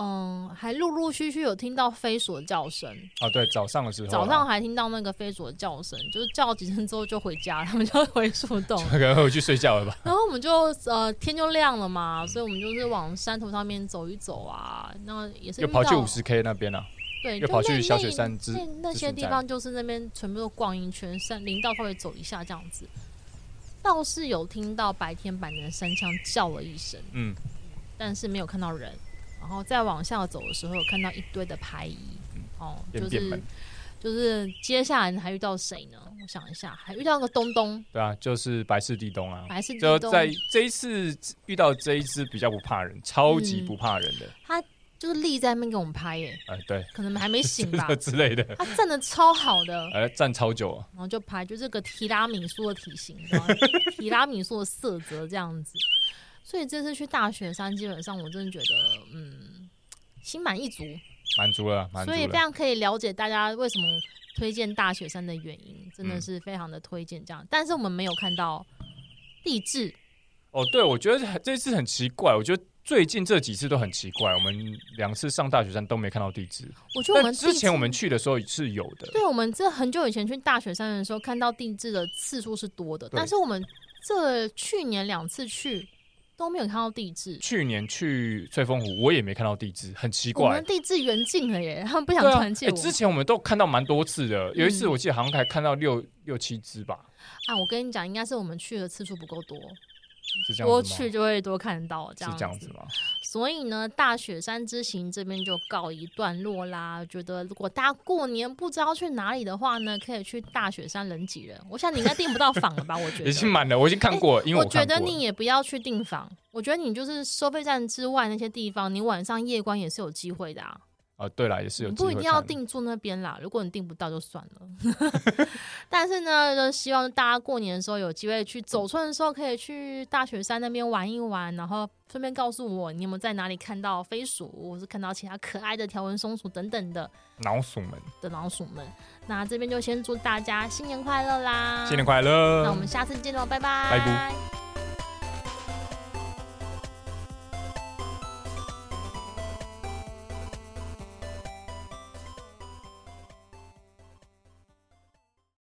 嗯，还陆陆续续有听到飞鼠的叫声，
啊，对，早上的时候啊，
早上还听到那个飞鼠的叫声，就是叫几声之后就回家，他们就回树
[laughs]
洞。
[laughs] 可能我去睡觉了吧？
然后我们就呃天就亮了嘛，所以我们就是往山头上面走一走啊，那也是
又
遇
跑去
到
五十 K 那边了、啊，
对，
又
就
跑
那
去小雪
那
山之
那那
之
些
前
地
站
方就是那边全部都逛一圈，山林道稍微走一下这样子。倒是有听到白天版的山枪叫了一声，
嗯
但是没有看到人。然后再往下走的时候，有看到一堆的排遗，
嗯
哦，
变
就
变
是
门
就是接下来你还遇到谁呢？我想一下，还遇到个东东，
对啊，就是白氏地东啊。
白是
就
东东，
在这一次遇到这一只比较不怕人，超级
嗯
不怕人的，
就是立在那边给我们拍耶，
呃，对，，
可能还没醒吧
[laughs] 之类的，
他站的超好的，
呃，站超久啊，
然后就拍，就这个提拉米苏的体型，你知道吗 [laughs] 提拉米苏的色泽这样子。所以这次去大雪山，基本上我真的觉得，嗯，心满意足，
满足了，满足
所以非
了。
常可以了解大家为什么推荐大雪山的原因，真的
嗯
是非常的推荐这样。但是我们没有看到地质，
哦，对，我觉得这次很奇怪，我觉得最近这几次都很奇怪，我们两次上大学山都没看到地质，
我觉得我
但
们
之前我们
地质。
去的时候是有的，
对，我们这很久以前去大雪山的时候，看到地质的次数是多的，
对
但是我们这去年两次去都没有看到地质，
去年去翠峰湖我也没看到地质，很奇
我
怪
们。地质缘尽了耶，他们不想
对啊
传，
哎、
借我。
之前我们都看到蛮多次的，有一次
嗯
我记得好像还看到六六七只吧，
啊，我跟你讲，应该是我们去的次数不够多，
是这
多
样子吗？
去就会多看到这
是
样
这样子吗？
所以呢，大雪山之行这边就告一段落啦。觉得如果大家过年不知道去哪里的话呢，可以去大雪山人挤人。我想你应该订不到房了吧？我觉
[laughs] 已经
得。
满了，我已经看过了，因为
我
我看
觉得
过了
你也不要去订房，我觉得你就是收费站之外那些地方，你晚上夜观也是有机会的啊。
啊，对了，也是有
你
机
不
会
一定
看
要
的，
定住那边啦，如果你定不到就算了。 [laughs] 但是呢，就希望大家过年的时候有机会去走村的时候，可以去大雪山那边玩一玩，然后顺便告诉我你有没有在哪里看到飞鼠，或是看到其他可爱的条纹松鼠等等的
老鼠们，
的老鼠们。那这边就先祝大家新年快乐啦！
新年快乐！
那我们下次见喽，拜拜！
拜